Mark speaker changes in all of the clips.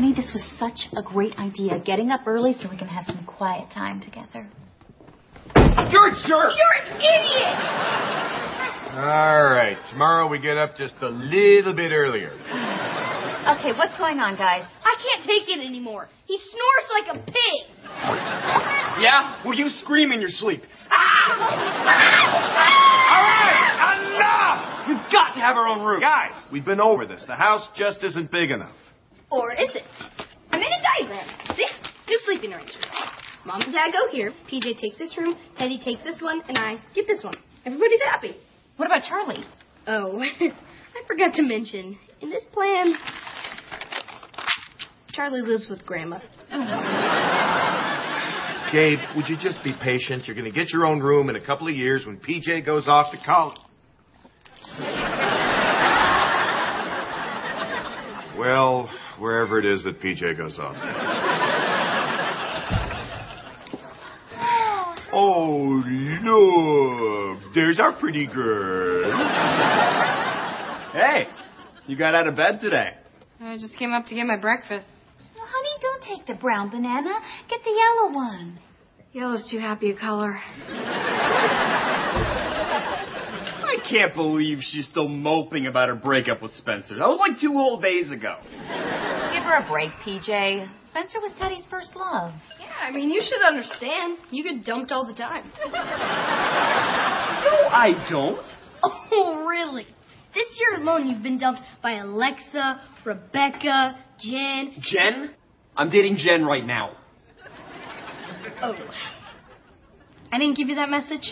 Speaker 1: think this was such a great idea, getting up early so we can have some quiet time together.
Speaker 2: You're a jerk!
Speaker 1: You're an idiot!
Speaker 2: All right, tomorrow we get up just a little bit earlier.
Speaker 1: Okay, what's going on, guys?
Speaker 3: I can't take it anymore. He snores like a pig.
Speaker 4: Yeah? Well, you scream in your sleep.
Speaker 2: All right, enough!
Speaker 4: We've got to have our own room.
Speaker 2: Guys, we've been over this. The house just isn't big enough.
Speaker 3: Or is it? I made a diagram. See? New sleeping arrangements. Mom and Dad go here. PJ takes this room. Teddy takes this one, and I get this one. Everybody's happy.
Speaker 1: What about Charlie?
Speaker 3: Oh, I forgot to mention. In this plan, Charlie lives with Grandma.
Speaker 2: Gabe, would you just be patient? You're going to get your own room in a couple of years when PJ goes off to college. well, wherever it is that PJ goes off. Oh, look. There's our pretty girl.
Speaker 4: Hey, you got out of bed today.
Speaker 5: I just came up to get my breakfast.
Speaker 1: Well, honey, don't take the brown banana. Get the yellow one.
Speaker 5: Yellow's too happy a color.
Speaker 4: I can't believe she's still moping about her breakup with Spencer. That was like two whole days ago.
Speaker 1: Give her a break, PJ. Spencer was Teddy's first love.
Speaker 3: Yeah, I mean, you should understand. You get dumped all the time.
Speaker 4: No, I don't.
Speaker 3: Oh, really? This year alone, you've been dumped by Alexa, Rebecca, Jen.
Speaker 4: Jen? I'm dating Jen right now.
Speaker 3: Oh. I didn't give you that message?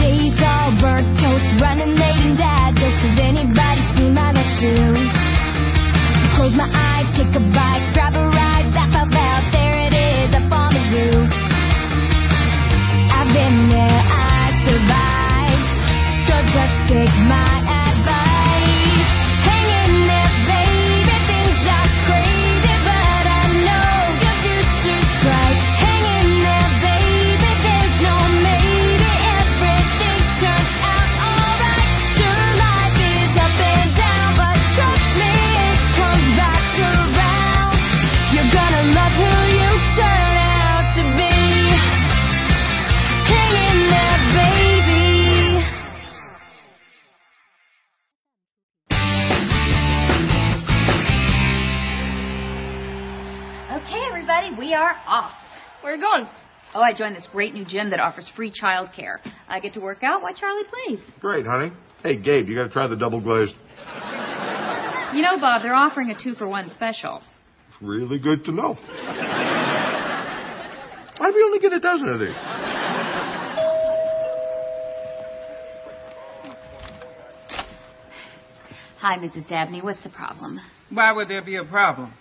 Speaker 6: Days all burnt toast, running late and dad. Just has anybody seen my next shoe? Close my eyes, take a bite, grab a ride, laugh out loud. There it is, up on the roof. I've been there, I survived. So just take my advice. Hang in there, baby. Things are crazy, but I know your future's bright. Hang in there, baby. There's no maybe. Everything turns out alright. Sure, life is up and down, but trust me, it comes back around. You're gonna love who you turn out to be. Hang in there, baby.
Speaker 1: Okay, everybody, we are off.
Speaker 3: Where are you going?
Speaker 1: Oh, I joined this great new gym that offers free childcare. I get to work out while Charlie plays.
Speaker 2: Great, honey. Hey, Gabe, you got to try the double glazed.
Speaker 5: You know, Bob, they're offering a two for one special.
Speaker 2: Really good to know. Why do we only get a dozen of these?
Speaker 1: Hi, Mrs. Dabney. What's the problem?
Speaker 7: Why would there be a problem?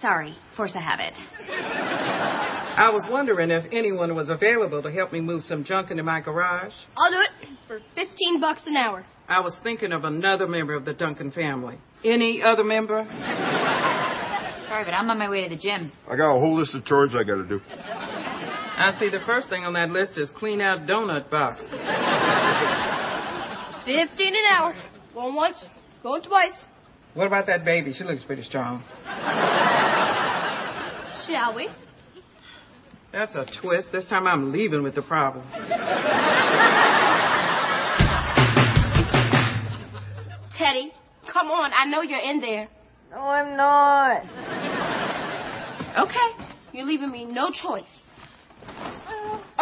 Speaker 1: Sorry, force of habit.
Speaker 7: I was wondering if anyone was available to help me move some junk into my garage.
Speaker 3: I'll do it for 15 bucks an hour.
Speaker 7: I was thinking of another member of the Duncan family. Any other member?
Speaker 1: Sorry, but I'm on my way to the gym.
Speaker 2: I got a whole list of chores I got to do.
Speaker 7: I see the first thing on that list is clean out donut box.
Speaker 3: 15 an hour. Going once, going twice.
Speaker 7: What about that baby? She looks pretty strong.
Speaker 3: Shall we?
Speaker 7: That's a twist. This time I'm leaving with the problem.
Speaker 3: Teddy, come on. I know you're in there.
Speaker 8: No, I'm not.
Speaker 3: Okay. You're leaving me no choice.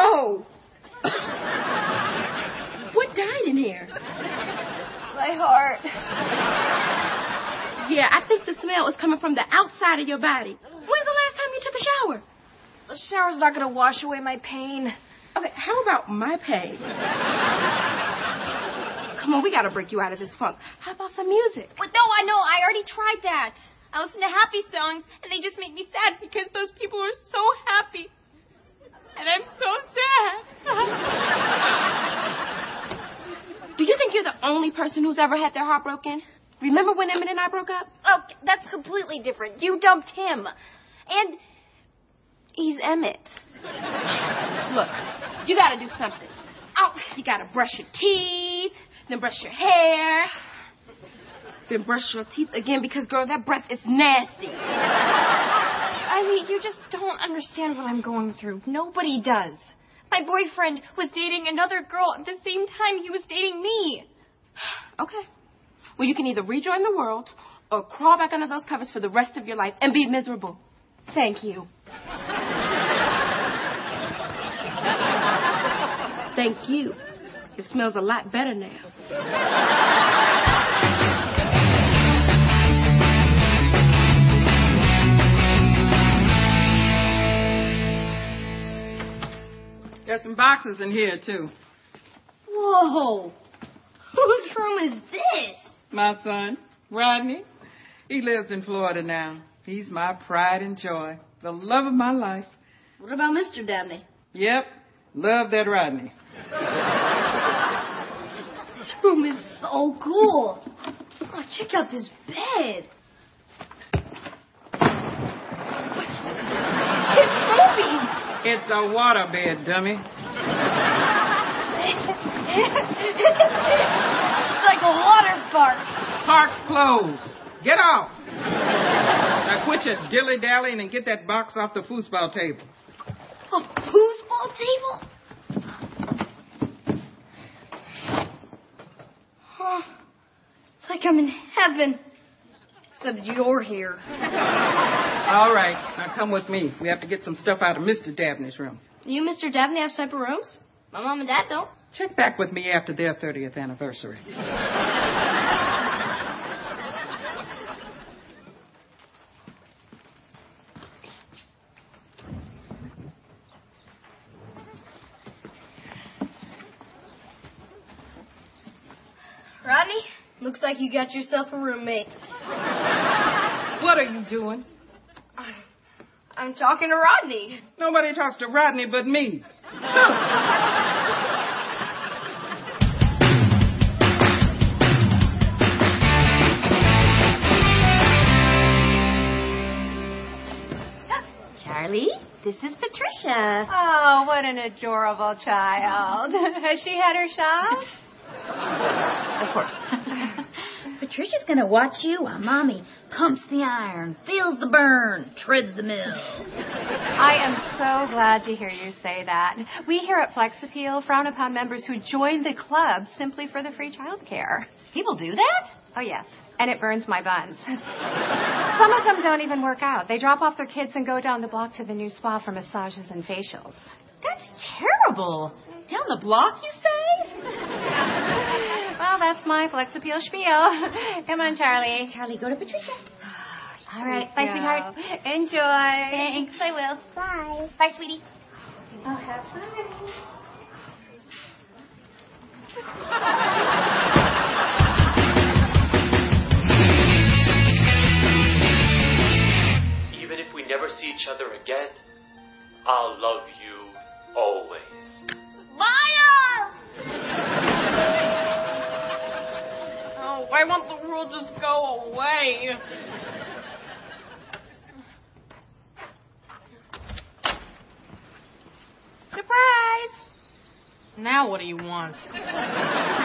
Speaker 8: Oh,
Speaker 3: What died in here?
Speaker 8: my heart.
Speaker 3: Yeah, I think the smell is coming from the outside of your body. When's the last time you took a shower?
Speaker 8: The shower's not gonna wash away my pain.
Speaker 9: Oh,
Speaker 3: Okay, how about my pain? Come on, we gotta break you out of this funk. How about some music?
Speaker 10: But no, I know. I already tried that. I listen to happy songs, and they just make me sad because those people are so happy. And I'm so sad.
Speaker 3: Do you think you're the only person who's ever had their heart broken? Remember when Emmett and I broke up?
Speaker 10: oh, that's completely different. You dumped him. And he's Emmett.
Speaker 3: Look, you gotta do something. Oh, you gotta brush your teeth,
Speaker 10: then brush your hair, then brush your teeth again because, girl, that breath is nasty.
Speaker 9: I mean, you just don't understand what I'm going through. Nobody does. My boyfriend was dating another girl at the same time he was dating me.
Speaker 10: Okay. Well, you can either rejoin the world or crawl back under those covers for the rest of your life and be miserable. Thank you. Thank you. It smells a lot better now.
Speaker 7: There's some boxes in here, too.
Speaker 3: Whoa. Whose room is this?
Speaker 7: My son, Rodney, he lives in Florida now. He's my pride and joy, the love of my life.
Speaker 3: What about Mr. Dabney?
Speaker 7: Yep, love that Rodney.
Speaker 3: This room is so cool. Oh, check out this bed. It's moving.
Speaker 7: It's a waterbed, dummy.
Speaker 3: it's like a water park.
Speaker 7: Park's closed. Get off. now quit your dilly dallying and get that box off the foosball table.
Speaker 3: A foosball table? Huh. It's like I'm in heaven. Except you're here.
Speaker 7: All right, now come with me. We have to get some stuff out of Mr. Dabney's room.
Speaker 3: You and Mr. Dabney have separate rooms? My mom and dad don't.
Speaker 7: Check back with me after their 30th anniversary.
Speaker 3: Rodney, looks like you got yourself a roommate.
Speaker 7: What are you doing?
Speaker 3: I'm talking to Rodney.
Speaker 7: Nobody talks to Rodney but me.
Speaker 1: Charlie, this is Patricia.
Speaker 6: Oh, what an adorable child. Has she had her shot?
Speaker 1: Of course. Patricia's gonna watch you while Mommy pumps the iron, feels the burn, treads the mill.
Speaker 6: I am so glad to hear you say that. We here at Flex Appeal frown upon members who join the club simply for the free childcare.
Speaker 1: People do that?
Speaker 6: Oh, yes. And it burns my buns. Some of them don't even work out. They drop off their kids and go down the block to the new spa for massages and facials.
Speaker 1: That's terrible. Down the block, you say?
Speaker 6: Well, that's my Flex Appeal spiel. Come on, Charlie.
Speaker 1: Charlie, go to Patricia.
Speaker 6: All right, bye, sweetheart. Enjoy.
Speaker 9: Thanks, I will.
Speaker 3: Bye.
Speaker 9: Bye, sweetie.
Speaker 3: Oh, have fun.
Speaker 11: Even if we never see each other again, I'll love you always.
Speaker 9: Liar!
Speaker 5: Oh, why won't the world just go away?
Speaker 6: Surprise!
Speaker 5: Now what do you want?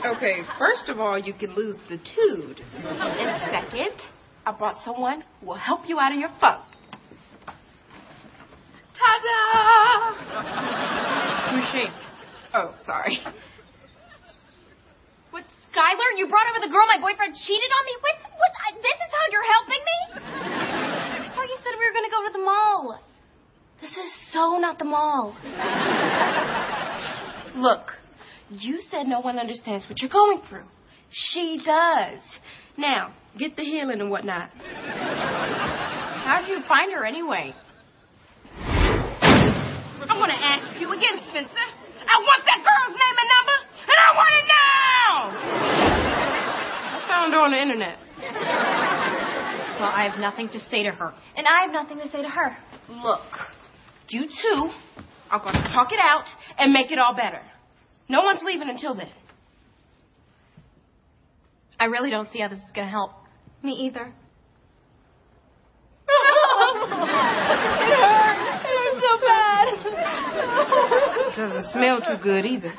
Speaker 10: Okay, first of all, you can lose the tood. And second, I brought someone who will help you out of your funk.
Speaker 6: Ta-da!
Speaker 5: Who's she?
Speaker 10: Oh, sorry.
Speaker 9: What, Skylar? You brought over the girl my boyfriend cheated on me with? What? I, this is how you're helping me? I thought you said we were going to go to the mall.
Speaker 3: This is so not the mall.
Speaker 10: Look, you said no one understands what you're going through. She does. Now, get the healing and whatnot.
Speaker 5: How'd you find her anyway?
Speaker 10: I want to ask you again, Spencer. I want that girl's name and number, and I want it now! I found her on the internet.
Speaker 5: Well, I have nothing to say to her.
Speaker 9: And I have nothing to say to her.
Speaker 10: Look, you two are going to talk it out and make it all better. No one's leaving until then.
Speaker 5: I really don't see how this is going to help.
Speaker 3: Me either.
Speaker 10: Doesn't smell too good either.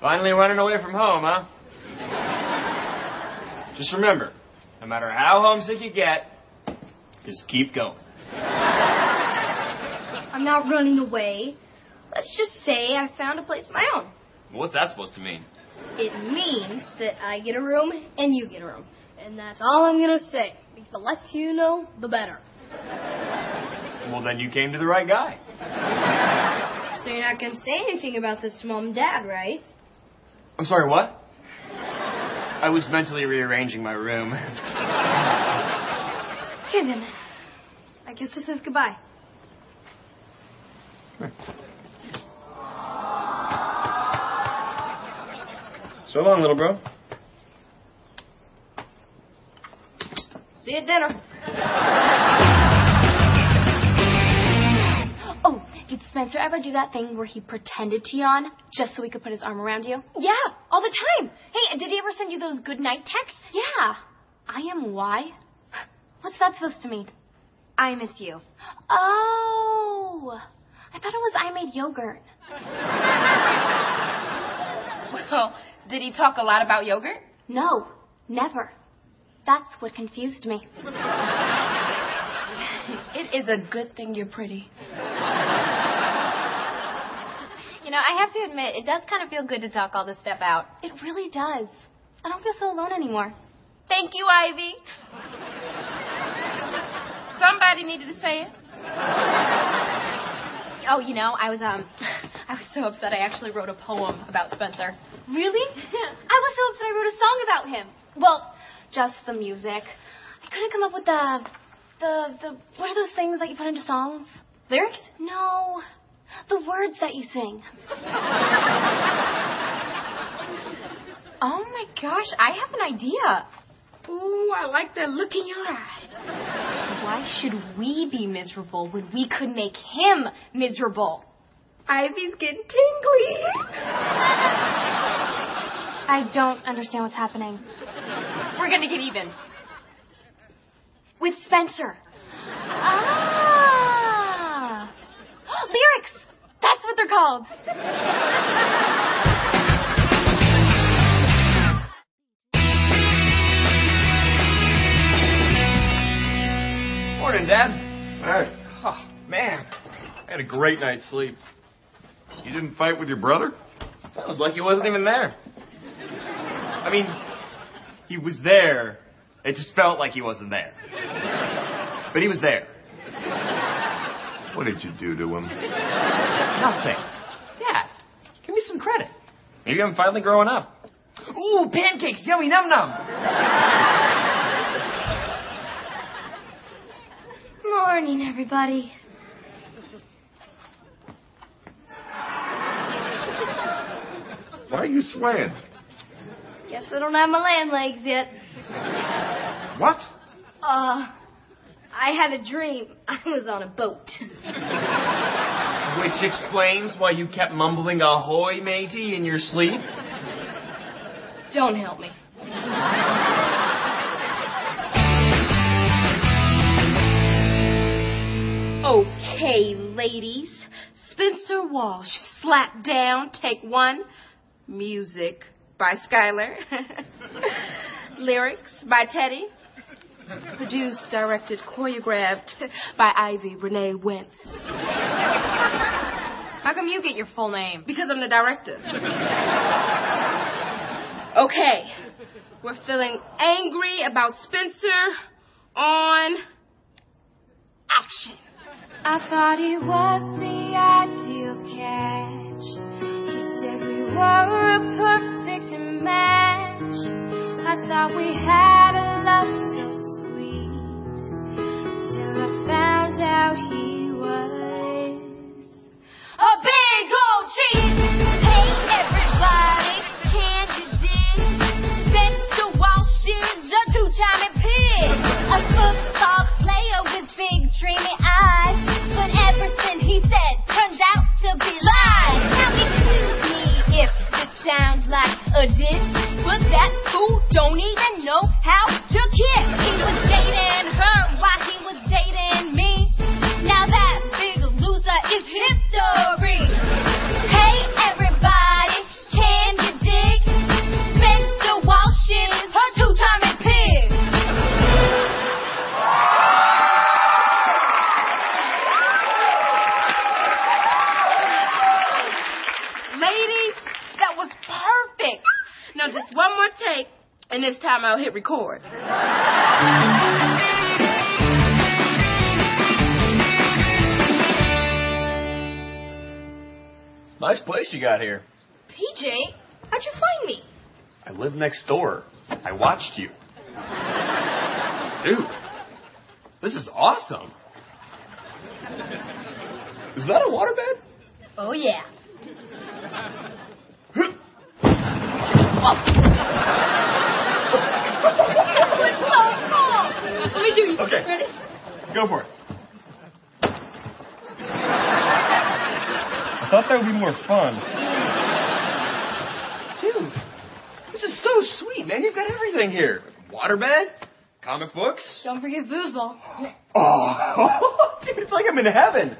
Speaker 11: Finally running away from home, huh?
Speaker 4: Just remember, no matter how homesick you get, just keep going.
Speaker 3: I'm not running away. Let's just say I found a place of my own.
Speaker 4: What's that supposed to mean?
Speaker 3: It means that I get a room and you get a room. And that's all I'm going to say. Because the less you know, the better.
Speaker 4: Well, then you came to the right guy.
Speaker 3: So you're not going to say anything about this to mom and dad, right?
Speaker 4: I'm sorry, what? I was mentally rearranging my room.
Speaker 3: Okay then. I guess this is goodbye.
Speaker 4: So long, little bro.
Speaker 3: See you at dinner.
Speaker 6: Oh, did Spencer ever do that thing where he pretended to yawn just so he could put his arm around you?
Speaker 9: Yeah, all the time. Hey, did he ever send you those good night texts?
Speaker 6: Yeah. I am Y? What's that supposed to mean? I miss you. Oh! I thought it was I made yogurt.
Speaker 10: Well, did he talk a lot about yogurt?
Speaker 6: No, never. That's what confused me.
Speaker 10: It is a good thing you're pretty.
Speaker 9: You know, I have to admit, it does kind of feel good to talk all this stuff out.
Speaker 6: It really does. I don't feel so alone anymore.
Speaker 9: Thank you, Ivy.
Speaker 10: Somebody needed to say it.
Speaker 9: Oh, you know, I was um, I was so upset I actually wrote a poem about Spencer.
Speaker 6: Really? I was so upset I wrote a song about him. Well, just the music. I couldn't come up with the, the, the, what are those things that you put into songs?
Speaker 9: Lyrics?
Speaker 6: No, the words that you sing.
Speaker 9: Oh my gosh, I have an idea.
Speaker 10: Ooh, I like that look in your eye.
Speaker 9: Why should we be miserable when we could make him miserable?
Speaker 10: Ivy's getting tingly.
Speaker 6: I don't understand what's happening.
Speaker 9: We're gonna get even.
Speaker 6: With Spencer. Ah! Lyrics! That's what they're called.
Speaker 4: Morning, Dad. All right. Oh, man. I had a great night's sleep.
Speaker 2: You didn't fight with your brother?
Speaker 4: I was lucky he wasn't even there. I mean, he was there. It just felt like he wasn't there. But he was there.
Speaker 2: What did you do to him?
Speaker 4: Nothing. Dad, give me some credit. Maybe I'm finally growing up. Ooh, pancakes, yummy, num num.
Speaker 3: Morning, everybody.
Speaker 2: Why are you swaying?
Speaker 3: Guess I don't have my land legs yet.
Speaker 2: What?
Speaker 3: Uh, I had a dream. I was on a boat.
Speaker 4: Which explains why you kept mumbling ahoy, matey, in your sleep.
Speaker 3: Don't help me. Okay, ladies.
Speaker 10: Spencer Walsh, Slap Down, Take One. Music by Skylar. Lyrics by Teddy. Produced, directed, choreographed by Ivy Renee Wentz.
Speaker 9: How come you get your full name?
Speaker 10: Because I'm the director. Okay, we're feeling angry about Spencer on action.
Speaker 12: I thought he was the ideal catch. He said we were a perfect match. I thought we had a love so sweet. Till I found out he was a big old cheat. Hey everybody, can you dig? Spencer Walsh is a two-time pig. A football player with big dreamy eyes. But everything he said turns out to be lies. Now excuse me if this sounds like a diss. But that fool don't even know how to kiss.
Speaker 10: this time I'll hit record.
Speaker 4: Nice place you got here.
Speaker 3: PJ, how'd you find me?
Speaker 4: I live next door. I watched you. Dude, this is awesome. Is that a waterbed?
Speaker 1: Oh, yeah.
Speaker 10: It's so cold. Let me do you.
Speaker 4: Okay.
Speaker 10: Ready?
Speaker 4: Go for it. I thought that would be more fun. Dude, this is so sweet, man. You've got everything here. Waterbed, comic books.
Speaker 3: Don't forget foosball.
Speaker 4: Oh, dude, it's like I'm in heaven.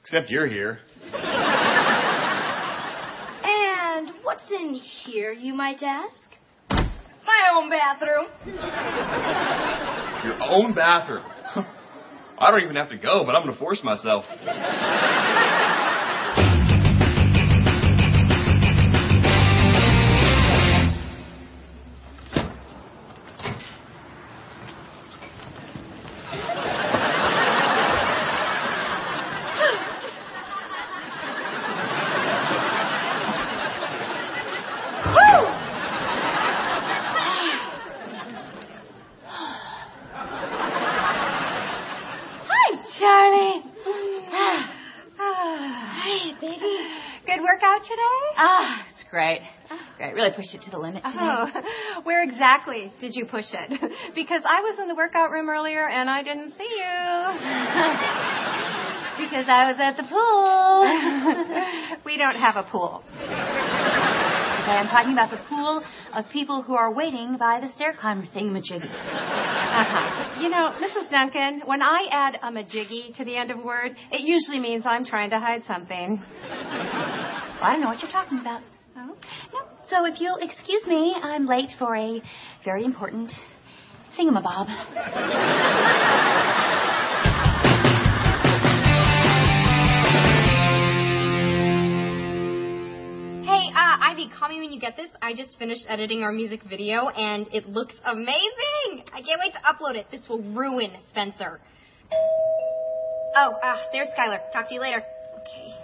Speaker 4: Except you're here.
Speaker 3: And what's in here, you might ask? My own bathroom.
Speaker 4: Your own bathroom. I don't even have to go, but I'm gonna force myself.
Speaker 10: Woo!
Speaker 6: Hi, Charlie.
Speaker 3: Hey, baby.
Speaker 6: Good workout today? Ah,
Speaker 13: It's great. Great. Really pushed it to the limit today.
Speaker 6: oh. Where exactly did you push it? because I was in the workout room earlier and I didn't see you. because I was at the pool. we don't have a pool.
Speaker 13: Okay, I'm talking about the pool of people who are waiting by the stair climber thingamajiggy.
Speaker 6: Uh-huh. You know, Mrs. Duncan, when I add a majiggy to the end of a word, it usually means I'm trying to hide something.
Speaker 13: Well, I don't know what you're talking about. No? So if you'll excuse me, I'm late for a very important thingamabob.
Speaker 9: Hey, uh, Ivy, call me when you get this. I just finished editing our music video, and it looks amazing. I can't wait to upload it. This will ruin Spencer. Oh, uh, there's Skylar. Talk to you later. Okay.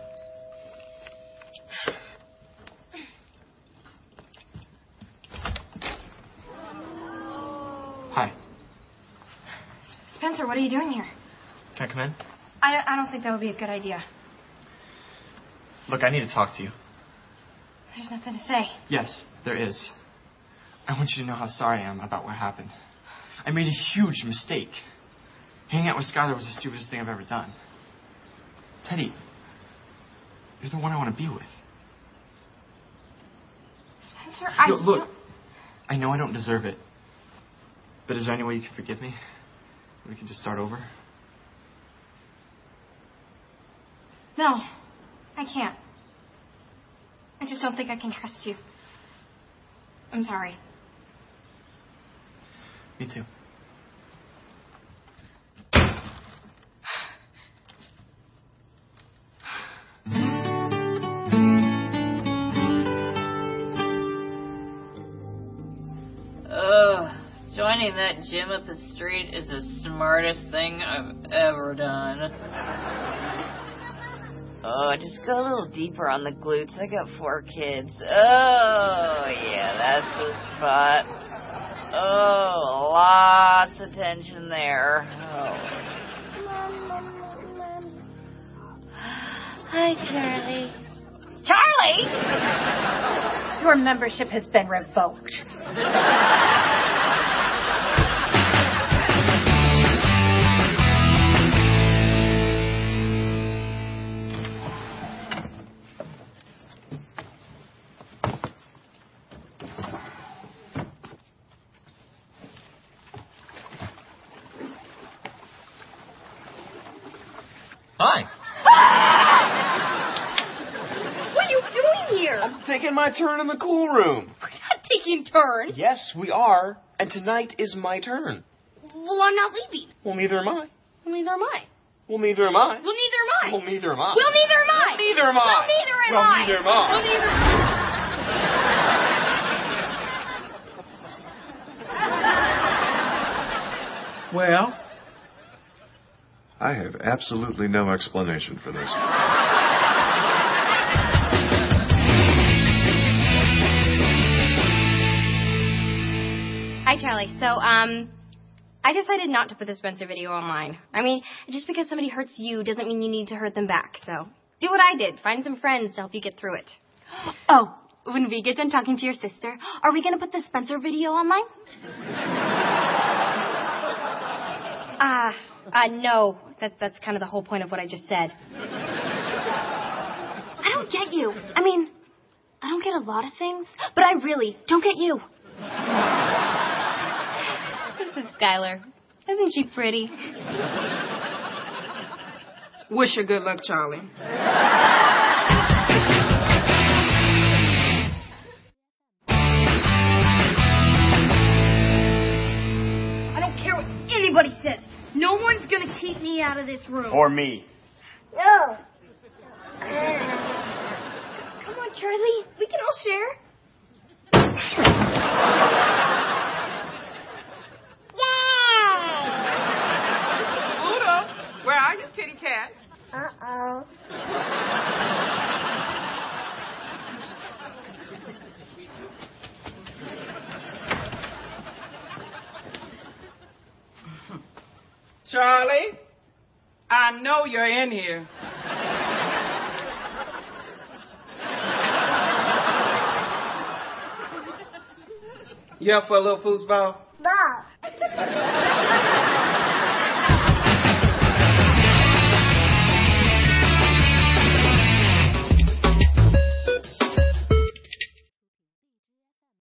Speaker 4: Hi,
Speaker 6: Spencer, what are you doing here?
Speaker 4: can I come in?
Speaker 6: I don't, I don't think that would be a good idea.
Speaker 4: Look, I need to talk to you.
Speaker 6: There's nothing to say.
Speaker 4: Yes, there is. I want you to know how sorry I am about what happened. I made a huge mistake. Hanging out with Skylar was the stupidest thing I've ever done. Teddy, you're the one I want to be with.
Speaker 6: Spencer, I
Speaker 4: No,
Speaker 6: just
Speaker 4: look, I know I don't deserve it, but is there any way you can forgive me? We can just start over.
Speaker 6: don't- No, I can't. I just don't think I can trust you. I'm sorry.
Speaker 4: Me too.
Speaker 14: Ugh, joining that gym up the street is the smartest thing I've ever done.
Speaker 15: Oh, just go a little deeper on the glutes. I got four kids. Oh, yeah, that's the spot. Oh, lots of tension there. Oh.
Speaker 12: Hi, Charlie.
Speaker 1: Charlie! Your membership has been revoked.
Speaker 4: Hi.
Speaker 10: What are you doing here? I'm
Speaker 4: taking my turn in the cool room.
Speaker 10: not taking turns.
Speaker 4: Yes, we are, and tonight is my turn.
Speaker 10: Well, I'm not leaving.
Speaker 4: Well, neither am I.
Speaker 10: Well, neither am I.
Speaker 4: Well, neither am I.
Speaker 10: Well, neither am I.
Speaker 4: Well, neither am I.
Speaker 10: Well, neither am I.
Speaker 4: Well, neither am I. Well, neither am
Speaker 10: Well, neither am I.
Speaker 4: I.
Speaker 10: Well, neither.
Speaker 7: Well,
Speaker 2: I have absolutely no explanation for this.
Speaker 6: Hi, Charlie. So, um, I decided not to put the Spencer video online. I mean, just because somebody hurts you doesn't mean you need to hurt them back. So, do what I did. Find some friends to help you get through it.
Speaker 16: Oh, when we get done talking to your sister, are we going to put the Spencer video online?
Speaker 6: Ah, uh, no. That, that's kind of the whole point of what I just said.
Speaker 16: I don't get you. I mean, I don't get a lot of things, but I really don't get you.
Speaker 6: This is Skylar. Isn't she pretty?
Speaker 10: Wish her good luck, Charlie.
Speaker 3: I don't care what anybody says. No one's gonna keep me out of this room.
Speaker 4: Or me.
Speaker 3: No. Come on, Charlie. We can all share.
Speaker 7: Pluto, where are you, kitty cat?
Speaker 3: Uh oh.
Speaker 7: Charlie, I know you're in here. You up for a little foosball?
Speaker 3: Bob.